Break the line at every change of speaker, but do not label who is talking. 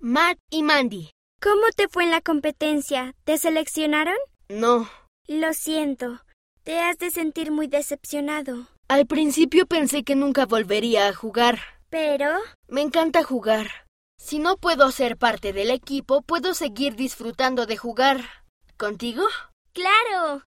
Matt y Mandy.
¿Cómo te fue en la competencia? ¿Te seleccionaron?
No.
Lo siento. Te has de sentir muy decepcionado.
Al principio pensé que nunca volvería a jugar.
Pero...
Me encanta jugar. Si no puedo ser parte del equipo, puedo seguir disfrutando de jugar. ¿Contigo?
¡Claro!